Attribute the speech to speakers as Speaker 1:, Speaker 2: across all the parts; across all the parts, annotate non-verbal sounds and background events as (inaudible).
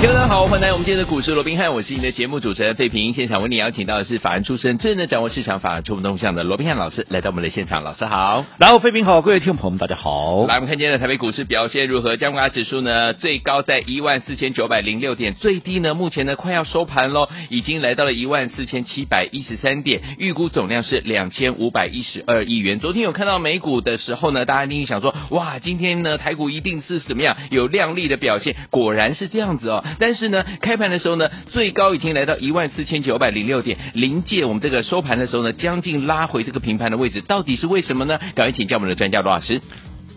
Speaker 1: 各位大家好，欢迎来我们今天的股市罗宾汉，我是你的节目主持人费平。现场为你邀请到的是法案出身、最能掌握市场法案冲动向的罗宾汉老师，来到我们的现场。老师好，
Speaker 2: 然后，飞平好，各位听众朋友们，大家好。
Speaker 1: 来我们看今天的台北股市表现如何？加权指数呢，最高在一万四千九百零六点，最低呢，目前呢快要收盘喽，已经来到了一万四千七百一十三点，预估总量是两千五百一十二亿元。昨天有看到美股的时候呢，大家一定想说，哇，今天呢台股一定是怎么样有亮丽的表现，果然是这样子哦。但是呢，开盘的时候呢，最高已经来到一万四千九百零六点，临界我们这个收盘的时候呢，将近拉回这个平盘的位置，到底是为什么呢？赶快请教我们的专家罗老师。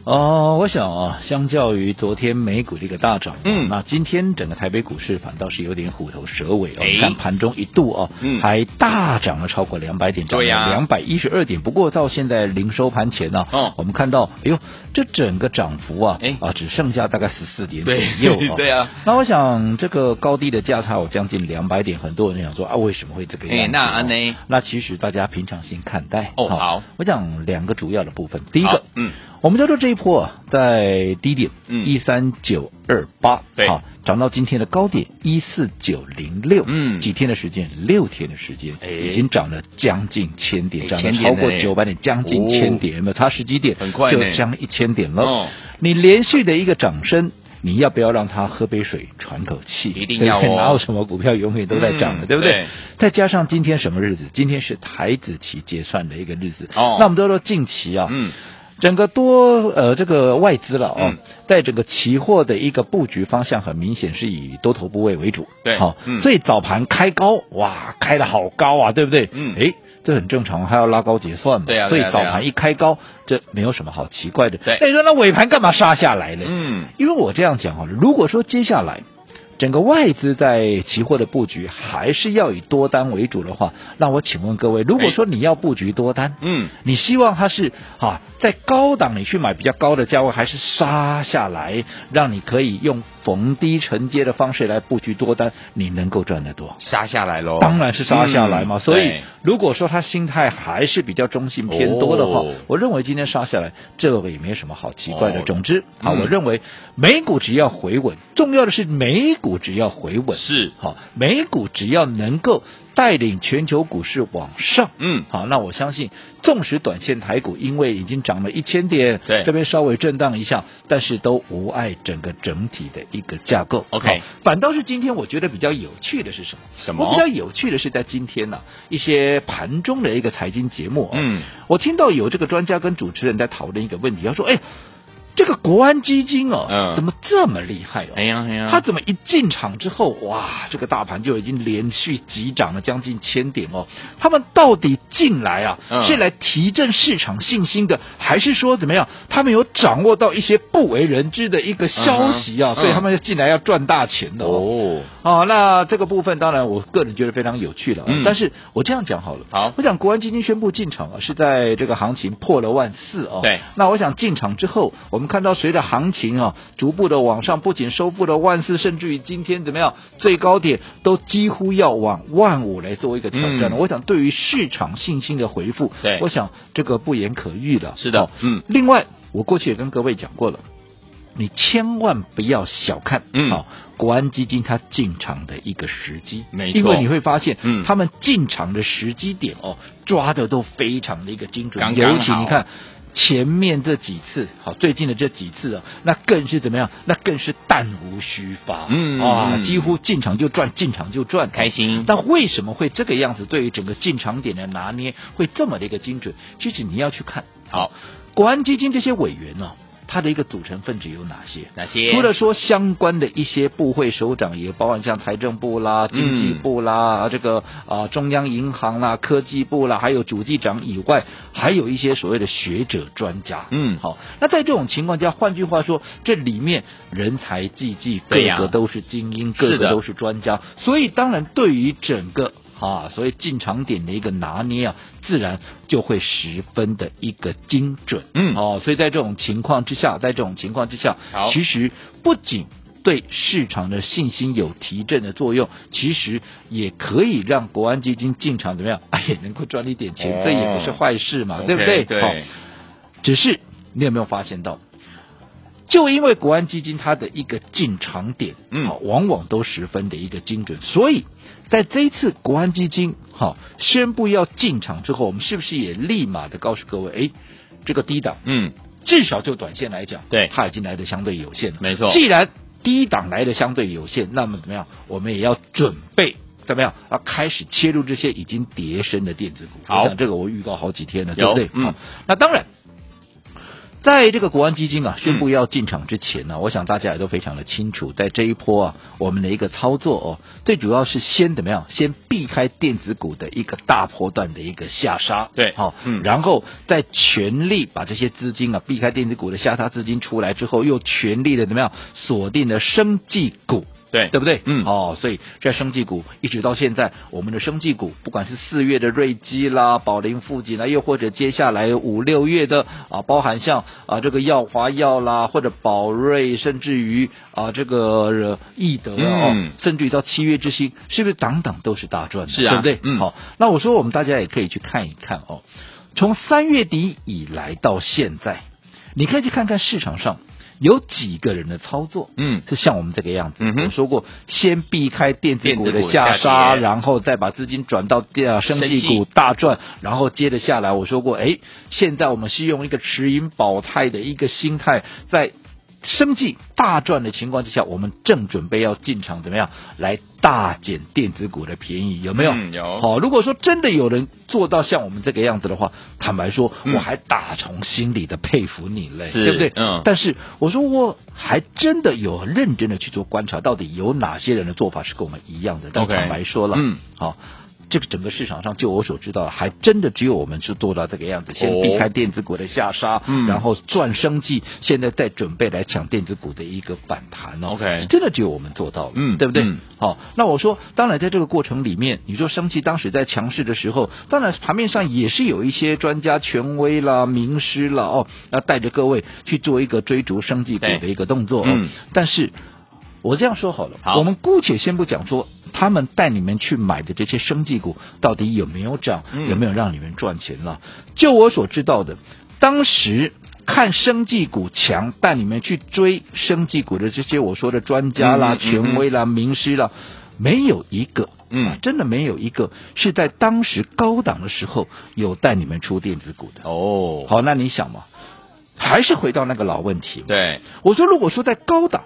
Speaker 2: 哦，我想啊，相较于昨天美股的一个大涨，啊
Speaker 1: 嗯
Speaker 2: 那今天整个台北股市反倒是有点虎头蛇尾哦。
Speaker 1: 哎
Speaker 2: 你看盘中一度哦，
Speaker 1: 嗯
Speaker 2: 还大涨了超过两百点，
Speaker 1: 对呀
Speaker 2: 两百一十二点。不过到现在零收盘前呢、
Speaker 1: 哦
Speaker 2: 我们看到，哎呦，这整个涨幅啊，
Speaker 1: 哎
Speaker 2: 啊，只剩下大概十四点左
Speaker 1: 对。
Speaker 2: 右、哦
Speaker 1: (laughs) 对啊。
Speaker 2: 那我想这个高低的价差有将近两百点，很多人想说啊，为什么会这个样子、
Speaker 1: 哎那安呢
Speaker 2: 那其实大家平常心看待。
Speaker 1: 哦好
Speaker 2: 我讲两个主要的部分，第一
Speaker 1: 好
Speaker 2: 个，
Speaker 1: 嗯。
Speaker 2: 我们叫做这一波啊，在低点
Speaker 1: 嗯
Speaker 2: 一三九二八，
Speaker 1: 对
Speaker 2: 好涨到今天的高点一四九零六，
Speaker 1: 嗯
Speaker 2: 几天的时间，六天的时间，
Speaker 1: 哎
Speaker 2: 已经涨了将近千点，
Speaker 1: 哎
Speaker 2: 涨了
Speaker 1: 千点
Speaker 2: 超过
Speaker 1: 呢
Speaker 2: 九百点，将近
Speaker 1: 哦
Speaker 2: 千点，有没有差十几点？
Speaker 1: 很快
Speaker 2: 就
Speaker 1: 呢
Speaker 2: 将一千点了。
Speaker 1: 哦
Speaker 2: 你连续的一个涨升。你要不要让他喝杯水喘口气？
Speaker 1: 一定要
Speaker 2: (laughs)
Speaker 1: 哦
Speaker 2: 对不对哪有什么股票永远都在涨的，
Speaker 1: 嗯
Speaker 2: 对不对
Speaker 1: 对？
Speaker 2: 再加上今天什么日子？今天是台子期结算的一个日子。
Speaker 1: 哦
Speaker 2: 那我们都说近期啊，
Speaker 1: 嗯，
Speaker 2: 整个多呃这个外资了哦
Speaker 1: 嗯，
Speaker 2: 在整个期货的一个布局方向很明显是以多头部位为主，
Speaker 1: 对
Speaker 2: 好
Speaker 1: 嗯，
Speaker 2: 所以早盘开高，哇，开的好高啊，对不对？
Speaker 1: 嗯
Speaker 2: 诶，这很正常，还要拉高结算嘛，
Speaker 1: 对啊
Speaker 2: 所以
Speaker 1: 对啊
Speaker 2: 早
Speaker 1: 对啊
Speaker 2: 盘一开高，这没有什么好奇怪的。
Speaker 1: 对
Speaker 2: 那你说那尾盘干嘛杀下来呢？
Speaker 1: 嗯，
Speaker 2: 因为我这样讲好了，如果说接下来整个外资在期货的布局还是要以多单为主的话，那我请问各位，如果说你要布局多单，
Speaker 1: 哎嗯，
Speaker 2: 你希望它是啊在高档你去买比较高的价位，还是杀下来，让你可以用逢低承接的方式来布局多单，你能够赚得多？
Speaker 1: 杀下来喽，
Speaker 2: 当然是杀下来嘛。
Speaker 1: 哦嗯
Speaker 2: 所以
Speaker 1: 对，
Speaker 2: 如果说他心态还是比较中性偏多的话，
Speaker 1: 哦
Speaker 2: 我认为今天杀下来这个也没什么好奇怪的。
Speaker 1: 哦
Speaker 2: 总之啊，
Speaker 1: 嗯
Speaker 2: 我认为美股只要回稳，重要的是美股只要回稳，
Speaker 1: 是
Speaker 2: 好，美股只要能够带领全球股市往上。
Speaker 1: 嗯，
Speaker 2: 好，那我相信，纵使短线台股因为已经涨了一千点，
Speaker 1: 对
Speaker 2: 这边稍微震荡一下，但是都无碍整个整体的一个架构。
Speaker 1: OK
Speaker 2: 好反倒是今天我觉得比较有趣的是什么？
Speaker 1: 什么
Speaker 2: 我比较有趣的是在今天呢、一些盘中的一个财经节目、啊，
Speaker 1: 嗯，
Speaker 2: 我听到有这个专家跟主持人在讨论一个问题，他说，哎。这个国安基金哦，
Speaker 1: 嗯
Speaker 2: 怎么这么厉害哦？
Speaker 1: 哎呀哎呀，
Speaker 2: 他怎么一进场之后，哇，这个大盘就已经连续急涨了将近千点哦。他们到底进来啊，
Speaker 1: 嗯
Speaker 2: 是来提振市场信心的，还是说怎么样？他们有掌握到一些不为人知的一个消息啊，
Speaker 1: 嗯哼
Speaker 2: 所以他们进来要赚大钱的哦。
Speaker 1: 哦，
Speaker 2: 哦，那这个部分当然我个人觉得非常有趣了，啊
Speaker 1: 嗯
Speaker 2: 但是我这样讲好了，
Speaker 1: 好
Speaker 2: 我想国安基金宣布进场啊，是在这个行情破了万四哦，
Speaker 1: 对，
Speaker 2: 那我想进场之后，我们看到随着行情啊逐步的往上，不仅收复了万四，甚至于今天怎么样最高点都几乎要往万五来做一个挑战了。
Speaker 1: 嗯
Speaker 2: 我想对于市场信心的回复，
Speaker 1: 对
Speaker 2: 我想这个不言可喻的，
Speaker 1: 是的
Speaker 2: 哦
Speaker 1: 嗯
Speaker 2: 另外我过去也跟各位讲过了。你千万不要小看，
Speaker 1: 嗯
Speaker 2: 好、国安基金它进场的一个时机，
Speaker 1: 没错
Speaker 2: 因为你会发现，
Speaker 1: 嗯
Speaker 2: 他们进场的时机点哦，抓的都非常的一个精准，
Speaker 1: 刚刚好
Speaker 2: 尤其你看。前面这几次，好，最近的这几次啊，那更是怎么样？那更是弹无虚发，
Speaker 1: 嗯
Speaker 2: 啊，
Speaker 1: 嗯
Speaker 2: 几乎进场就赚，进场就赚，
Speaker 1: 开心
Speaker 2: 但为什么会这个样子？对于整个进场点的拿捏会这么的一个精准？其实你要去看，
Speaker 1: 好，
Speaker 2: 国安基金这些委员呢、它的一个组成分子有哪些？
Speaker 1: 哪些？
Speaker 2: 除了说相关的一些部会首长，也包含像财政部啦、
Speaker 1: 嗯
Speaker 2: 经济部啦、这个啊、中央银行啦、科技部啦，还有主计长以外，还有一些所谓的学者专家。
Speaker 1: 嗯
Speaker 2: 好，那在这种情况下，换句话说，这里面人才济济，各
Speaker 1: 对呀
Speaker 2: 个都是精英，
Speaker 1: 是的
Speaker 2: 各个都是专家，所以当然对于整个。啊，所以进场点的一个拿捏啊，自然就会十分的一个精准。
Speaker 1: 嗯
Speaker 2: 哦，所以在这种情况之下，在这种情况之下
Speaker 1: 好，
Speaker 2: 其实不仅对市场的信心有提振的作用，其实也可以让国安基金进场怎么样？ (laughs) 哎，也能够赚一点钱，
Speaker 1: 哦
Speaker 2: 这也不是坏事嘛，对不
Speaker 1: OK，
Speaker 2: 对？
Speaker 1: 对
Speaker 2: 好只是你有没有发现到，就因为国安基金它的一个进场点，
Speaker 1: 嗯
Speaker 2: 好往往都十分的一个精准，所以在这一次国安基金好宣布要进场之后，我们是不是也立马的告诉各位，哎，这个低档
Speaker 1: 嗯，
Speaker 2: 至少就短线来讲，
Speaker 1: 对
Speaker 2: 它已经来的相对有限了。
Speaker 1: 没错
Speaker 2: 既然低档来的相对有限，那么怎么样？我们也要准备怎么样啊？开始切入这些已经跌升的电子股。
Speaker 1: 好
Speaker 2: 我想这个我预告好几天了，对
Speaker 1: 有
Speaker 2: 不对？
Speaker 1: 嗯
Speaker 2: 好，那当然。在这个国安基金啊宣布要进场之前呢、我想大家也都非常的清楚，在这一波啊，我们的一个操作哦，最主要是先怎么样，先避开电子股的一个大波段的一个下杀，
Speaker 1: 对
Speaker 2: 好、
Speaker 1: 嗯
Speaker 2: 然。然后再全力把这些资金啊避开电子股的下杀资金出来之后，又全力的怎么样锁定了生技股。
Speaker 1: 对，
Speaker 2: 对不对？
Speaker 1: 嗯
Speaker 2: 哦，所以在生技股一直到现在，我们的生技股，不管是四月的瑞基啦、宝林富锦啦，又或者接下来五六月的啊，包含像啊这个耀华药啦，或者宝瑞，甚至于啊这个呃易德啊、
Speaker 1: 嗯
Speaker 2: 哦，甚至于到七月之星，是不是档档都是大赚的？
Speaker 1: 是啊
Speaker 2: 对不对？
Speaker 1: 嗯
Speaker 2: 好，那我说我们大家也可以去看一看哦，从三月底以来到现在，你可以去看看市场上有几个人的操作，
Speaker 1: 嗯
Speaker 2: 是像我们这个样子。
Speaker 1: 嗯哼
Speaker 2: 我说过，先避开电子股
Speaker 1: 电子
Speaker 2: 的
Speaker 1: 股
Speaker 2: 下
Speaker 1: 下
Speaker 2: 杀，
Speaker 1: 跌
Speaker 2: 然后再把资金转到第二生技
Speaker 1: 生
Speaker 2: 股大赚，然后接着下来，我说过，哎，现在我们是用一个持盈保泰的一个心态在。生计大赚的情况之下，我们正准备要进场，怎么样来大减电子股的便宜？有没有？
Speaker 1: 嗯有
Speaker 2: 好、如果说真的有人做到像我们这个样子的话，坦白说，
Speaker 1: 嗯
Speaker 2: 我还打从心里的佩服你嘞。
Speaker 1: 是
Speaker 2: 对不对？
Speaker 1: 嗯
Speaker 2: 但是我说我还真的有认真的去做观察，到底有哪些人的做法是跟我们一样的。但
Speaker 1: OK
Speaker 2: 坦白说了，
Speaker 1: 嗯，
Speaker 2: 好。这个整个市场上，就我所知道的，还真的只有我们是做到这个样子，先避开电子股的下杀，
Speaker 1: 哦嗯
Speaker 2: 然后赚生计，现在再准备来抢电子股的一个反弹哦。
Speaker 1: OK
Speaker 2: 是真的只有我们做到了，
Speaker 1: 嗯
Speaker 2: 对不对？
Speaker 1: 嗯
Speaker 2: 好，那我说，当然在这个过程里面，你说生气当时在强势的时候，当然盘面上也是有一些专家、权威啦、名师啦哦，要带着各位去做一个追逐生技股
Speaker 1: 对
Speaker 2: 的一个动作、哦。
Speaker 1: 嗯
Speaker 2: 但是我这样说好了，
Speaker 1: 好
Speaker 2: 我们姑且先不讲说他们带你们去买的这些生技股到底有没有涨，
Speaker 1: 嗯
Speaker 2: 有没有让你们赚钱了。就我所知道的，当时。看生技股强，带你们去追生技股的这些我说的专家啦、
Speaker 1: 嗯嗯嗯
Speaker 2: 权威啦、名师啦，没有一个，
Speaker 1: 嗯
Speaker 2: 啊真的没有一个是在当时高档的时候有带你们出电子股的。
Speaker 1: 哦，
Speaker 2: 好，那你想嘛，还是回到那个老问题嘛，
Speaker 1: 对，
Speaker 2: 我说，如果说在高档，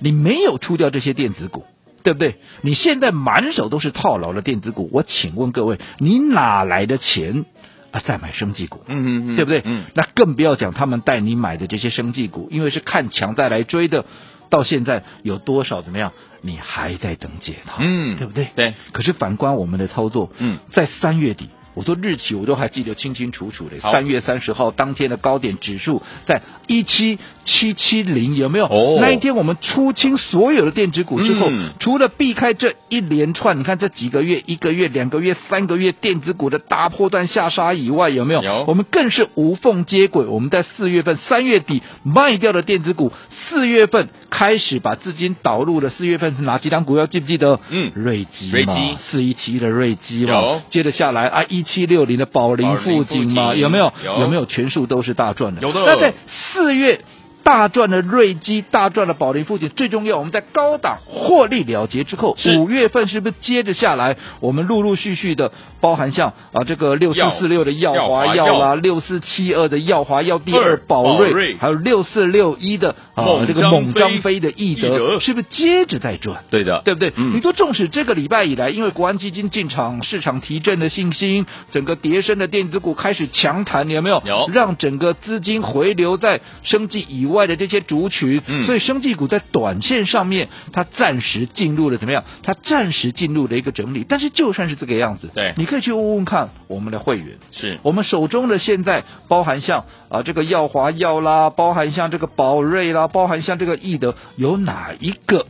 Speaker 2: 你没有出掉这些电子股，对不对？你现在满手都是套牢的电子股，我请问各位，你哪来的钱啊再买生技股？
Speaker 1: 嗯嗯嗯，
Speaker 2: 对不对？
Speaker 1: 嗯，
Speaker 2: 那更不要讲他们带你买的这些生技股，因为是看强再来追的，到现在有多少怎么样？你还在等解套，
Speaker 1: 嗯
Speaker 2: 对不对？
Speaker 1: 对。
Speaker 2: 可是反观我们的操作，
Speaker 1: 嗯，
Speaker 2: 在三月底。我说日期我都还记得清清楚楚的，
Speaker 1: 好
Speaker 2: 三月三十号当天的高点指数在一七七七零，有没有？
Speaker 1: 哦
Speaker 2: 那一天我们出清所有的电子股之后，
Speaker 1: 嗯
Speaker 2: 除了避开这一连串，你看这几个月、一个月、两个月、三个月电子股的大波段下杀以外，有没有？
Speaker 1: 有
Speaker 2: 我们更是无缝接轨。我们在四月份、三月底卖掉的电子股，四月份开始把资金导入了。四月份是哪几档股票？记不记得？
Speaker 1: 嗯
Speaker 2: 瑞基嘛，
Speaker 1: 瑞基
Speaker 2: 四一七的瑞基
Speaker 1: 有
Speaker 2: 嘛。接着下来啊，一七六零的宝林
Speaker 1: 宝林
Speaker 2: 富
Speaker 1: 富
Speaker 2: 锦嘛，
Speaker 1: 锦
Speaker 2: 有没有？
Speaker 1: 有
Speaker 2: 没有全数都是大赚的？
Speaker 1: 有的
Speaker 2: 那在四月。大赚的瑞基，大赚的宝林富锦，最重要，我们在高档获利了结之后
Speaker 1: 是，
Speaker 2: 五月份是不是接着下来，我们陆陆续续的，包含像啊这个六四四六的耀
Speaker 1: 耀华
Speaker 2: 华
Speaker 1: 药
Speaker 2: 药啦，六四七二的耀华药第
Speaker 1: 二
Speaker 2: 二宝
Speaker 1: 宝瑞
Speaker 2: 瑞，还有六四六一的啊
Speaker 1: 猛
Speaker 2: 这个
Speaker 1: 张
Speaker 2: 猛张
Speaker 1: 飞
Speaker 2: 飞的易
Speaker 1: 易德
Speaker 2: 德，是不是接着在赚？
Speaker 1: 对的，
Speaker 2: 对不对？
Speaker 1: 嗯
Speaker 2: 你都重视这个礼拜以来，因为国安基金进场，市场提振的信心，整个跌升的电子股开始强弹，有没有？
Speaker 1: 有
Speaker 2: 让整个资金回流在生技以外的这些族群，
Speaker 1: 嗯
Speaker 2: 所以生技股在短线上面，它暂时进入了怎么样？它暂时进入了一个整理，但是就算是这个样子，
Speaker 1: 对
Speaker 2: 你可以去问问看我们的会员。
Speaker 1: 是，
Speaker 2: 我们手中的现在包含像啊、这个耀华药啦，包含像这个宝瑞啦，包含像这个易德，有哪一个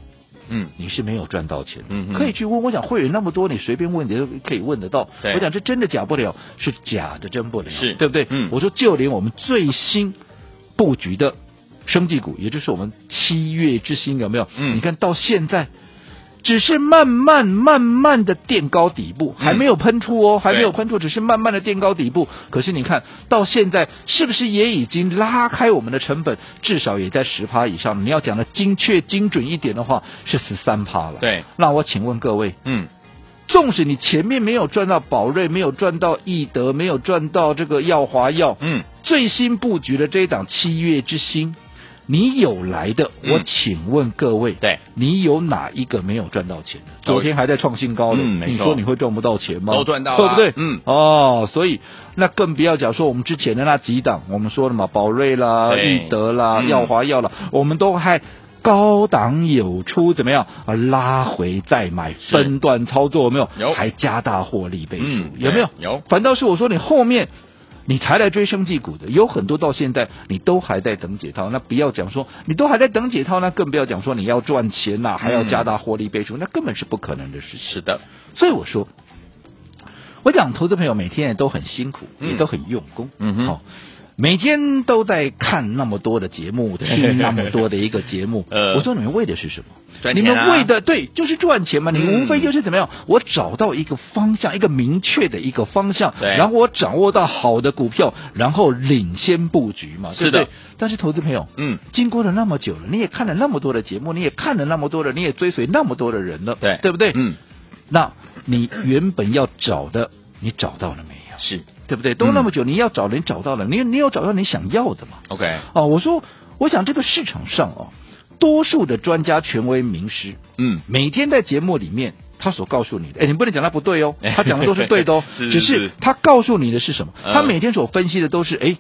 Speaker 1: 嗯
Speaker 2: 你是没有赚到钱的。
Speaker 1: 嗯哼
Speaker 2: 可以去问。我想会员那么多，你随便问你都可以问得到。
Speaker 1: 对
Speaker 2: 我想这真的假不了，是假的真不了，
Speaker 1: 是
Speaker 2: 对不对？
Speaker 1: 嗯
Speaker 2: 我说就连我们最新布局的生技股，也就是我们七月之星，有没有？
Speaker 1: 嗯
Speaker 2: 你看到现在。只是慢慢慢慢的垫高底部，
Speaker 1: 嗯
Speaker 2: 还没有喷出哦，还没有喷出，只是慢慢的垫高底部。可是你看到现在，是不是也已经拉开我们的成本，至少也在十趴以上了？你要讲的精确精准一点的话，是十三趴了。
Speaker 1: 对，
Speaker 2: 那我请问各位，
Speaker 1: 嗯，
Speaker 2: 纵使你前面没有赚到宝瑞，没有赚到易德，没有赚到这个耀华药，
Speaker 1: 嗯，
Speaker 2: 最新布局的这一档七月之星，你有来的，
Speaker 1: 嗯
Speaker 2: 我请问各位，
Speaker 1: 对，
Speaker 2: 你有哪一个没有赚到钱的？昨天还在创新高的，
Speaker 1: 嗯没错
Speaker 2: 你说你会赚不到钱吗？
Speaker 1: 都赚到
Speaker 2: 对
Speaker 1: 了
Speaker 2: 不对？
Speaker 1: 嗯
Speaker 2: 哦，所以那更不要讲说我们之前的那几档，我们说了嘛，宝瑞啦、
Speaker 1: 对
Speaker 2: 易德啦、
Speaker 1: 嗯
Speaker 2: 耀华药啦，我们都还。高档有出怎么样啊？拉回再买，
Speaker 1: 是
Speaker 2: 分段操作有没有？
Speaker 1: 有
Speaker 2: 还加大获利倍数、
Speaker 1: 嗯
Speaker 2: 有没有？
Speaker 1: 对有
Speaker 2: 反倒是我说你后面你才来追生技股的，有很多到现在你都还在等解套，那不要讲说你都还在等解套，那更不要讲说你要赚钱呐、还
Speaker 1: 嗯
Speaker 2: 要加大获利倍数，那根本是不可能的事情。
Speaker 1: 是的，
Speaker 2: 所以我说，我讲投资朋友每天也都很辛苦，
Speaker 1: 嗯
Speaker 2: 也都很用功，
Speaker 1: 嗯哼
Speaker 2: 好、每天都在看那么多的节目，听那么多的一个节目，
Speaker 1: (laughs) 呃
Speaker 2: 我说你们为的是什么？
Speaker 1: 赚
Speaker 2: 你
Speaker 1: 钱啊
Speaker 2: 们为的对，就是赚钱嘛。你
Speaker 1: 嗯
Speaker 2: 无非就是怎么样？我找到一个方向，一个明确的一个方向，
Speaker 1: 对
Speaker 2: 然后我掌握到好的股票，然后领先布局嘛，对
Speaker 1: 是
Speaker 2: 不
Speaker 1: 的
Speaker 2: 对？但是投资朋友，
Speaker 1: 嗯，
Speaker 2: 经过了那么久了，你也看了那么多的节目，你也看了那么多的，你也追随那么多的人了，
Speaker 1: 对，
Speaker 2: 对不对？
Speaker 1: 嗯，
Speaker 2: 那你原本要找的，你找到了没有？
Speaker 1: 是
Speaker 2: 对不对？都那么久，你要找的，你找到了，你你有找到你想要的吗？
Speaker 1: OK，
Speaker 2: 哦，我说，我想这个市场上哦，多数的专家、权威、名师，
Speaker 1: 嗯，
Speaker 2: 每天在节目里面。他所告诉你的，哎，你不能讲他不对哦，他讲的都是对的哦
Speaker 1: 哎 (laughs) ，是
Speaker 2: 只
Speaker 1: 是
Speaker 2: 是他告诉你的是什么？
Speaker 1: 嗯
Speaker 2: 他每天所分析的都是，哎，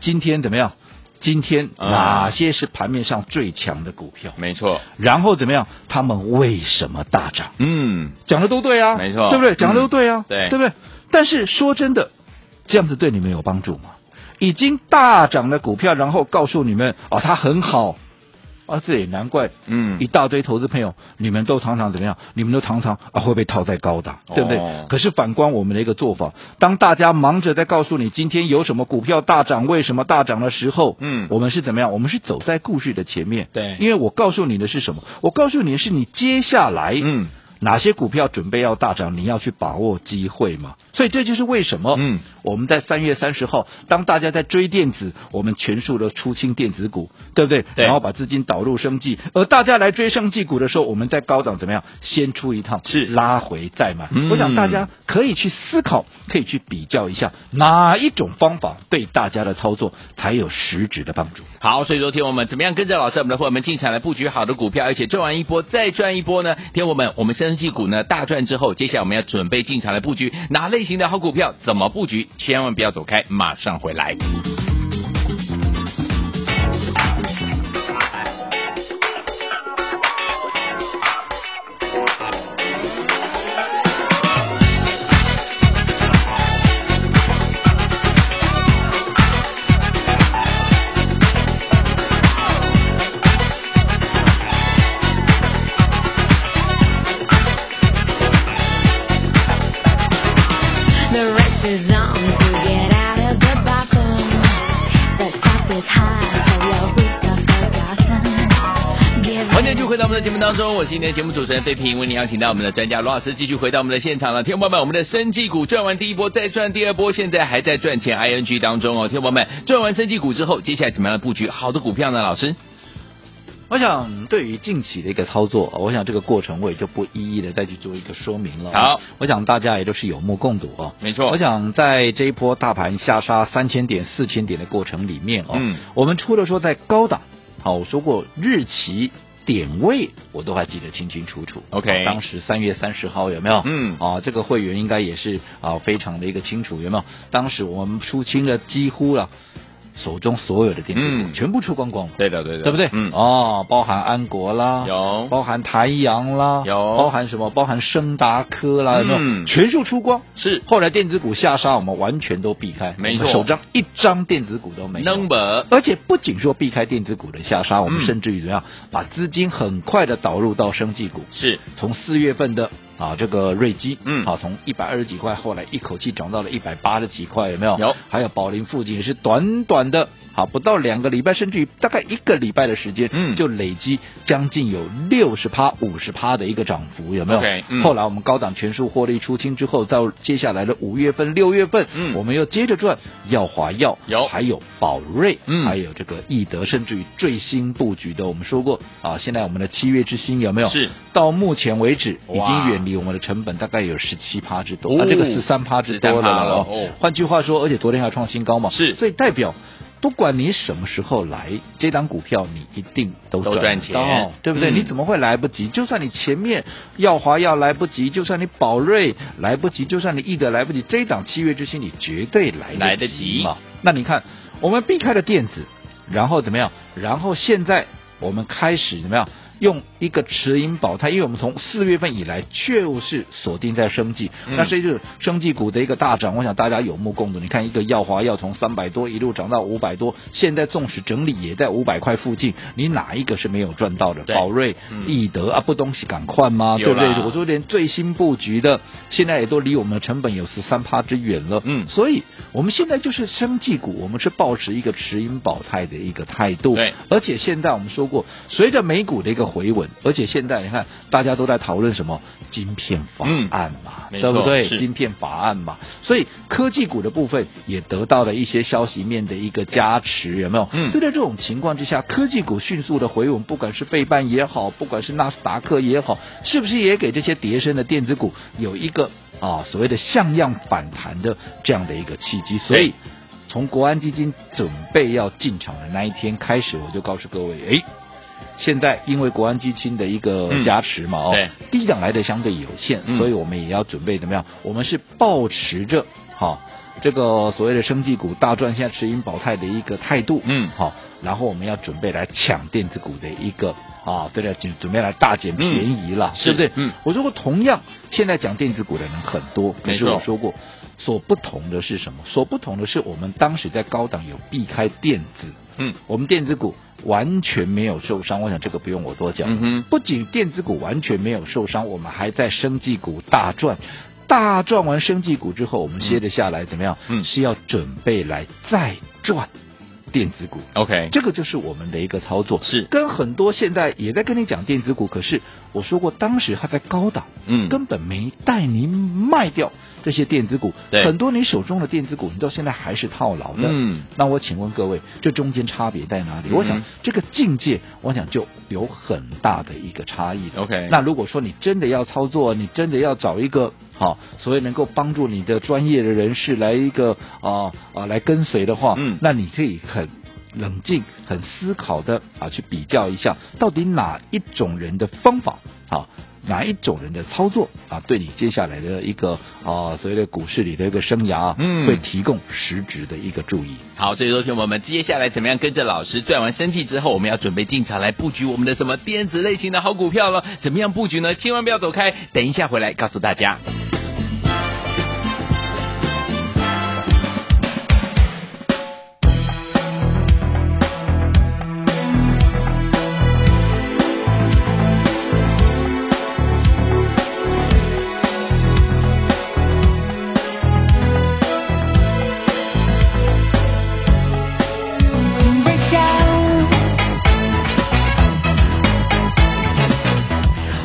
Speaker 2: 今天怎么样？今天
Speaker 1: 嗯
Speaker 2: 哪些是盘面上最强的股票？
Speaker 1: 没错，
Speaker 2: 然后怎么样？他们为什么大涨？
Speaker 1: 嗯，
Speaker 2: 讲的都对啊，
Speaker 1: 没错
Speaker 2: 对不对？
Speaker 1: 嗯
Speaker 2: 讲的都对啊，
Speaker 1: 对
Speaker 2: 对不对？但是说真的，这样子对你们有帮助吗？已经大涨的股票，然后告诉你们哦，它很好，啊，这也难怪，
Speaker 1: 嗯
Speaker 2: 一大堆投资朋友，你们都常常怎么样？你们都常常啊会被套在高档，对不对？
Speaker 1: 哦
Speaker 2: 可是反观我们的一个做法，当大家忙着在告诉你今天有什么股票大涨，为什么大涨的时候，
Speaker 1: 嗯
Speaker 2: 我们是怎么样？我们是走在故事的前面，
Speaker 1: 对
Speaker 2: 因为我告诉你的是什么？我告诉你的是你接下来，
Speaker 1: 嗯，
Speaker 2: 哪些股票准备要大涨，你要去把握机会嘛。所以这就是为什么，
Speaker 1: 嗯，
Speaker 2: 我们在三月三十号，当大家在追电子，我们全数的出清电子股，对不对？
Speaker 1: 对
Speaker 2: 然后把资金导入生技，而大家来追生技股的时候，我们在高档怎么样？先出一趟，
Speaker 1: 是
Speaker 2: 拉回再买。
Speaker 1: 嗯
Speaker 2: 我想大家可以去思考，可以去比较一下哪一种方法对大家的操作才有实质的帮助。
Speaker 1: 好，所以说，天我们怎么样跟着老师，我们的伙伴们进场来布局好的股票，而且赚完一波再赚一波呢？天我们，我们生技股呢大赚之后，接下来我们要准备进场来布局哪类型的好股票，怎么布局？千万不要走开，马上回来。
Speaker 3: The race is on to get out of the bottom. The top is high, so low who's the forgotten? Give
Speaker 1: 欢迎继续回到我们的节目当中，我是今天的节目主持人费平，为您邀请到我们的专家罗老师继续回到我们的现场了。天宝们，我们的生技股赚完第一波，再赚第二波，现在还在赚钱 ING 当中哦。天宝们，赚完生技股之后，接下来怎么样的布局好的股票呢？老师，
Speaker 2: 我想对于近期的一个操作，我想这个过程我也就不一一的再去做一个说明了。
Speaker 1: 好，
Speaker 2: 我想大家也都是有目共睹哦。
Speaker 1: 没错
Speaker 2: 我想在这一波大盘下杀三千点、四千点的过程里面哦，
Speaker 1: 嗯
Speaker 2: 我们除了说在高档，好，我说过日期。点位我都还记得清清楚楚。
Speaker 1: OK
Speaker 2: 当时三月三十号有没有？
Speaker 1: 哎嗯
Speaker 2: 啊，这个会员应该也是啊，非常的一个清楚，有没有？当时我们出清了几乎了手中所有的电子股
Speaker 1: 嗯
Speaker 2: 全部出光光了。
Speaker 1: 对的对的，
Speaker 2: 对不对？
Speaker 1: 嗯，
Speaker 2: 哦，包含安国啦，
Speaker 1: 有
Speaker 2: 包含台阳啦，
Speaker 1: 有
Speaker 2: 包含什么？包含升达科啦，有没有
Speaker 1: 嗯
Speaker 2: 全数出光。
Speaker 1: 是
Speaker 2: 后来电子股下杀，我们完全都避开，
Speaker 1: 没错
Speaker 2: 我们手上一张电子股都没有。
Speaker 1: number
Speaker 2: 而且不仅说避开电子股的下杀，我
Speaker 1: 嗯
Speaker 2: 们甚至于怎么样，把资金很快的导入到生技股。
Speaker 1: 是
Speaker 2: 从四月份的啊这个瑞基，
Speaker 1: 嗯
Speaker 2: 啊从一百二十几块，后来一口气涨到了一百八十几块，有没有？
Speaker 1: 有
Speaker 2: 还有宝林附近也是短短的，好不到两个礼拜，甚至于大概一个礼拜的时间，
Speaker 1: 嗯
Speaker 2: 就累积将近有六十趴、五十趴的一个涨幅，有没有
Speaker 1: OK，嗯
Speaker 2: 后来我们高档全数获利出清之后，到接下来的五月份、六月份，
Speaker 1: 嗯
Speaker 2: 我们又接着赚耀华药，
Speaker 1: 有
Speaker 2: 还有宝瑞，
Speaker 1: 嗯
Speaker 2: 还有这个易德，甚至于最新布局的，我们说过啊，现在我们的七月之星有没有？
Speaker 1: 是
Speaker 2: 到目前为止已
Speaker 1: 哇
Speaker 2: 经远离我们的成本大概有十七趴之多，
Speaker 1: 哦
Speaker 2: 啊，这个十三趴之多了
Speaker 1: 13%了
Speaker 2: 啦
Speaker 1: 哦
Speaker 2: 哦。换句话说，而且昨天还创新高嘛，
Speaker 1: 是
Speaker 2: 所以代表。不管你什么时候来，这档股票你一定都
Speaker 1: 都
Speaker 2: 赚
Speaker 1: 赚
Speaker 2: 得
Speaker 1: 钱
Speaker 2: 到对不对？
Speaker 1: 嗯
Speaker 2: 你怎么会来不及？就算你前面耀华要来不及，就算你宝瑞来不及，就算你易德来不及，这一档七月之星你绝对来
Speaker 1: 来得
Speaker 2: 得
Speaker 1: 及
Speaker 2: 及嘛。那你看，我们避开了电子，然后怎么样？然后现在我们开始怎么样？用一个持盈保泰，因为我们从四月份以来就是锁定在生计，
Speaker 1: 嗯
Speaker 2: 那这就是生计股的一个大涨，我想大家有目共睹。你看一个耀华要从三百多一路涨到五百多，现在纵使整理也在五百块附近，你哪一个是没有赚到的？
Speaker 1: 对
Speaker 2: 宝瑞、
Speaker 1: 嗯
Speaker 2: 易德啊，不东西赶快吗？
Speaker 1: 有
Speaker 2: 对不
Speaker 1: 啦
Speaker 2: 对？我说连最新布局的，现在也都离我们的成本有十三趴之远了。
Speaker 1: 嗯
Speaker 2: 所以我们现在就是生技股，我们是保持一个持盈保泰的一个态度。
Speaker 1: 对，
Speaker 2: 而且现在我们说过，随着美股的一个回稳，而且现在你看大家都在讨论什么晶片法案嘛，
Speaker 1: 嗯没错
Speaker 2: 对不对？
Speaker 1: 是
Speaker 2: 晶片法案嘛，所以科技股的部分也得到了一些消息面的一个加持，有没有？
Speaker 1: 嗯
Speaker 2: 所以在这种情况之下，科技股迅速的回稳，不管是倍半也好，不管是纳斯达克也好，是不是也给这些叠升的电子股有一个啊所谓的像样反弹的这样的一个契机？所
Speaker 1: 对
Speaker 2: 以。从国安基金准备要进场的那一天开始，我就告诉各位，哎，现在因为国安基金的一个加持嘛，
Speaker 1: 嗯
Speaker 2: 哦
Speaker 1: 对，
Speaker 2: 低档来的相对有限，
Speaker 1: 嗯
Speaker 2: 所以我们也要准备怎么样？我们是保持着哈、这个所谓的生技股大赚，现在持盈保泰的一个态度，
Speaker 1: 嗯
Speaker 2: 好、然后我们要准备来抢电子股的一个啊，对了，准准备来大捡便宜了，
Speaker 1: 嗯
Speaker 2: 对不对
Speaker 1: 是？嗯，
Speaker 2: 我说过，同样现在讲电子股的人很多，可是
Speaker 1: 没错
Speaker 2: 我说过，所不同的是什么？所不同的是我们当时在高档有避开电子，
Speaker 1: 嗯
Speaker 2: 我们电子股完全没有受伤，我想这个不用我多讲。
Speaker 1: 嗯哼
Speaker 2: 不仅电子股完全没有受伤，我们还在生技股大赚。大赚完生技股之后，我们歇着下来怎么样？
Speaker 1: 嗯
Speaker 2: 是要准备来再赚电子股。
Speaker 1: ，OK，
Speaker 2: 这个就是我们的一个操作，
Speaker 1: 是
Speaker 2: 跟很多现在也在跟你讲电子股，可是我说过，当时它在高档，
Speaker 1: 嗯
Speaker 2: 根本没带你卖掉这些电子股，
Speaker 1: 对
Speaker 2: 很多你手中的电子股，你到现在还是套牢的，
Speaker 1: 嗯，
Speaker 2: 那我请问各位，这中间差别在哪里？
Speaker 1: 嗯
Speaker 2: 我想这个境界，我想就有很大的一个差异。
Speaker 1: OK
Speaker 2: 那如果说你真的要操作，你真的要找一个好，所谓能够帮助你的专业的人士来一个啊啊来跟随的话，
Speaker 1: 嗯
Speaker 2: 那你可以很。冷静、很思考的啊，去比较一下，到底哪一种人的方法啊，哪一种人的操作啊，对你接下来的一个啊，所谓的股市里的一个生涯啊，
Speaker 1: 嗯
Speaker 2: 会提供实质的一个注意。
Speaker 1: 好，所以说，听我们接下来怎么样跟着老师赚完生计之后，我们要准备进场来布局我们的什么电子类型的好股票了？怎么样布局呢？千万不要走开，等一下回来告诉大家。
Speaker 3: In the show.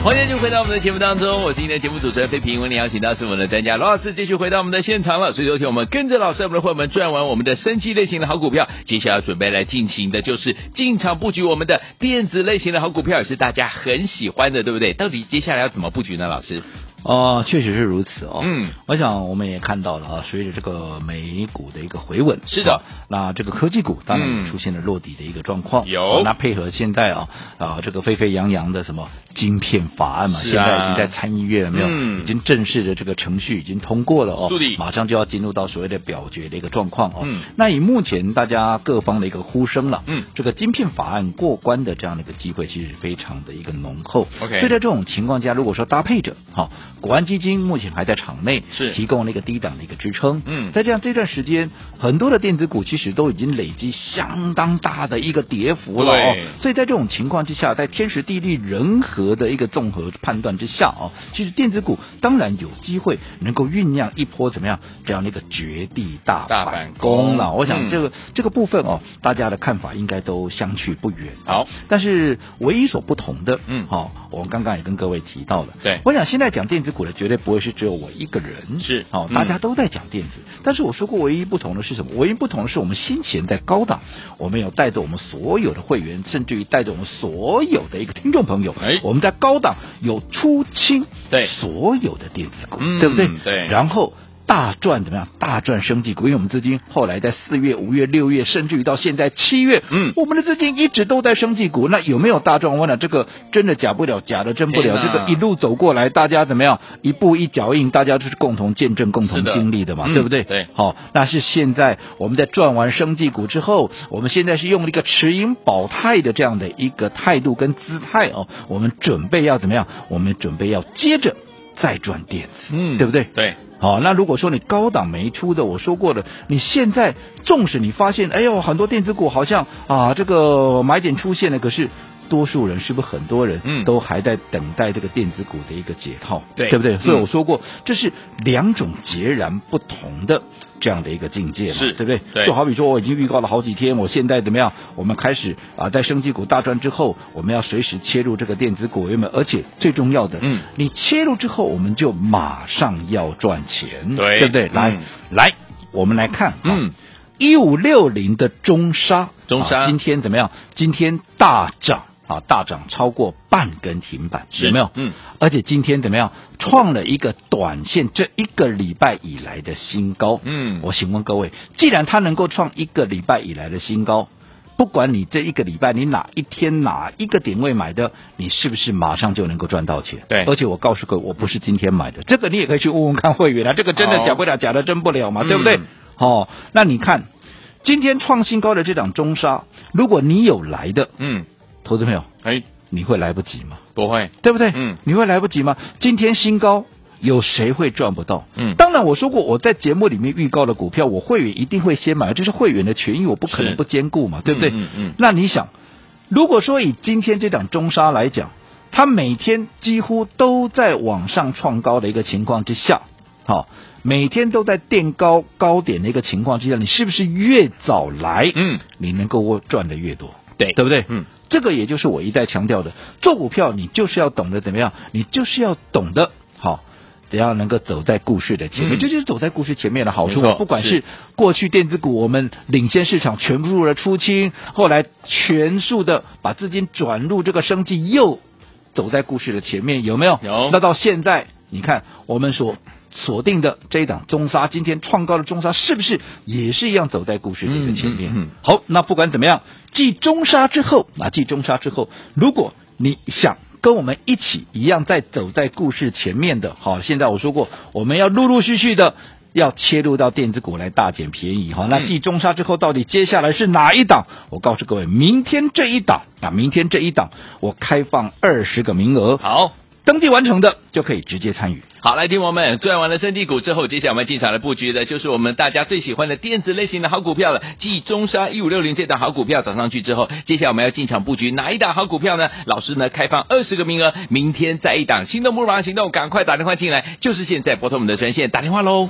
Speaker 1: 欢迎就回到我们的节目当中，我是今天的节目主持人费平，为您邀请到是我们的专家罗老师，继续回到我们的现场了。所以昨天我们跟着老师，我们的会员赚完我们的生机类型的好股票，接下来准备来进行的就是进场布局我们的电子类型的好股票，也是大家很喜欢的，对不对？到底接下来要怎么布局呢？老师，
Speaker 2: 哦，确实是如此哦。
Speaker 1: 嗯，
Speaker 2: 我想我们也看到了啊，随着这个美股的一个回稳，
Speaker 1: 是的
Speaker 2: 啊那这个科技股当然
Speaker 1: 嗯
Speaker 2: 也出现了落底的一个状况。
Speaker 1: 有
Speaker 2: 啊那配合现在啊啊这个沸沸扬扬的什么晶片法案嘛，
Speaker 1: 是
Speaker 2: 现
Speaker 1: 啊
Speaker 2: 在已经在参议院有没有，
Speaker 1: 嗯
Speaker 2: 已经正式的这个程序已经通过了哦
Speaker 1: 是的，
Speaker 2: 马上就要进入到所谓的表决的一个状况哦。
Speaker 1: 嗯
Speaker 2: 那以目前大家各方的一个呼声了，
Speaker 1: 嗯
Speaker 2: 这个晶片法案过关的这样的一个机会，其实是非常的一个浓厚。
Speaker 1: OK
Speaker 2: 所以在这种情况下，如果说搭配着，好、国安基金目前还在场内，
Speaker 1: 是
Speaker 2: 提供了一个低档的一个支撑，
Speaker 1: 嗯
Speaker 2: 再这样这段时间，很多的电子股其实都已经累积相当大的一个跌幅了哦
Speaker 1: 对，
Speaker 2: 所以在这种情况之下，在天时地利人和的一个综合判断之下哦，其实电子股当然有机会能够酝酿一波怎么样这样的一个绝地大
Speaker 1: 大
Speaker 2: 反
Speaker 1: 反
Speaker 2: 攻了。
Speaker 1: 攻
Speaker 2: 我想
Speaker 1: 嗯
Speaker 2: 这个、这个部分哦，大家的看法应该都相去不远。
Speaker 1: 好，
Speaker 2: 但是唯一所不同的，
Speaker 1: 嗯
Speaker 2: 好、我们刚刚也跟各位提到了，
Speaker 1: 对
Speaker 2: 我想现在讲电子股的绝对不会是只有我一个人，
Speaker 1: 是
Speaker 2: 哦，
Speaker 1: 嗯
Speaker 2: 大家都在讲电子，但是我说过唯一不同的是什么？唯一不同的是我们先前在高档，我们有带着我们所有的会员，甚至于带着我们所有的一个听众朋友，
Speaker 1: 哎
Speaker 2: 我们在高档有出清，
Speaker 1: 对
Speaker 2: 所有的电子股，
Speaker 1: 嗯
Speaker 2: 对不对？
Speaker 1: 对
Speaker 2: 然后。大赚怎么样？大赚生技股，因为我们资金后来在四月、五月、六月，甚至于到现在七月，
Speaker 1: 嗯
Speaker 2: 我们的资金一直都在生技股。那有没有大赚？我讲这个真的假不了，假的真不了。
Speaker 1: 天哪
Speaker 2: 这个一路走过来，大家怎么样？一步一脚印，大家就是共同见证、共
Speaker 1: 是
Speaker 2: 同
Speaker 1: 的
Speaker 2: 经历的嘛，
Speaker 1: 嗯
Speaker 2: 对不对？
Speaker 1: 对
Speaker 2: 好、那是现在我们在赚完生技股之后，我们现在是用了一个持盈保泰的这样的一个态度跟姿态哦，我们准备要怎么样？我们准备要接着再赚电子，
Speaker 1: 嗯
Speaker 2: 对不对？
Speaker 1: 对，
Speaker 2: 好、那如果说你高档没出的，我说过了，你现在纵使你发现，哎呦，很多电子股好像啊，这个买点出现了，可是多数人是不是很多人，
Speaker 1: 嗯
Speaker 2: 都还在等待这个电子股的一个解套，
Speaker 1: 对
Speaker 2: 对不对？
Speaker 1: 嗯
Speaker 2: 所以我说过，这是两种截然不同的这样的一个境界嘛，
Speaker 1: 是
Speaker 2: 对不对？
Speaker 1: 对
Speaker 2: 就好比说，我已经预告了好几天，我现在怎么样？我们开始啊，在升级股大赚之后，我们要随时切入这个电子股，有没有？而且最重要的，
Speaker 1: 嗯
Speaker 2: 你切入之后，我们就马上要赚钱，
Speaker 1: 对
Speaker 2: 不对？
Speaker 1: 嗯
Speaker 2: 来、来，我们来看，啊
Speaker 1: 嗯，
Speaker 2: 一五六零的中沙，
Speaker 1: 中沙
Speaker 2: 啊今天怎么样？今天大涨。啊，大涨超过半根停板，
Speaker 1: 是
Speaker 2: 有没有？
Speaker 1: 嗯，
Speaker 2: 而且今天怎么样？创了一个短线这一个礼拜以来的新高。
Speaker 1: 嗯
Speaker 2: 我请问各位，既然它能够创一个礼拜以来的新高，不管你这一个礼拜你哪一天哪一个点位买的，你是不是马上就能够赚到钱？
Speaker 1: 对
Speaker 2: 而且我告诉各位，我不是今天买的，这个你也可以去问问看会员啊，这个真
Speaker 1: 好
Speaker 2: 的假不了，假的真不了嘛，
Speaker 1: 嗯
Speaker 2: 啊对不对？哦，那你看今天创新高的这档中沙，如果你有来的，
Speaker 1: 嗯，
Speaker 2: 投资朋友，
Speaker 1: 哎，
Speaker 2: 你会来不及吗？
Speaker 1: 不会，
Speaker 2: 对不对？
Speaker 1: 嗯，
Speaker 2: 你会来不及吗？今天新高。有谁会赚不到？
Speaker 1: 嗯
Speaker 2: 当然我说过，我在节目里面预告的股票，我会员一定会先买，这是会员的权益，我不可
Speaker 1: 是
Speaker 2: 能不兼顾嘛，对不对？
Speaker 1: 嗯嗯嗯
Speaker 2: 那你想，如果说以今天这档中沙来讲，它每天几乎都在往上创高的一个情况之下，好、每天都在垫高高点的一个情况之下，你是不是越早来，
Speaker 1: 嗯，
Speaker 2: 你能够赚的越多？
Speaker 1: 对
Speaker 2: 对不对？
Speaker 1: 嗯，
Speaker 2: 这个也就是我一再强调的，做股票你就是要懂得怎么样，你就是要懂得好。只要能够走在故事的前面，
Speaker 1: 嗯
Speaker 2: 这就是走在故事前面的好处
Speaker 1: 没错。
Speaker 2: 不管
Speaker 1: 是
Speaker 2: 是过去电子股，我们领先市场全数的出清，后来全数的把资金转入这个生计，又走在故事的前面，有没有？
Speaker 1: 有
Speaker 2: 那到现在，你看我们所锁定的这一档中沙，今天创高的中沙，是不是也是一样走在故事的一个前面？
Speaker 1: 嗯嗯嗯
Speaker 2: 好，那不管怎么样，继中沙之后，啊，继中沙之后，如果你想。跟我们一起一样在走在故事前面的，好，现在我说过，我们要陆陆续续的要切入到电子股来大捡便宜，好，那继中沙之后，到底接下来是哪一档？我告诉各位，明天这一档啊，明天这一档，我开放二十个名额，
Speaker 1: 好。
Speaker 2: 登记完成的就可以直接参与。
Speaker 1: 好，来，听我们赚完了生地股之后，接下来我们进场的布局的就是我们大家最喜欢的电子类型的好股票了，继中沙一五六零这档好股票涨上去之后，接下来我们要进场布局哪一档好股票呢？老师呢开放二十个名额，明天再一档，心动不如马上行动，赶快打电话进来，就是现在拨通我们的专线打电话喽。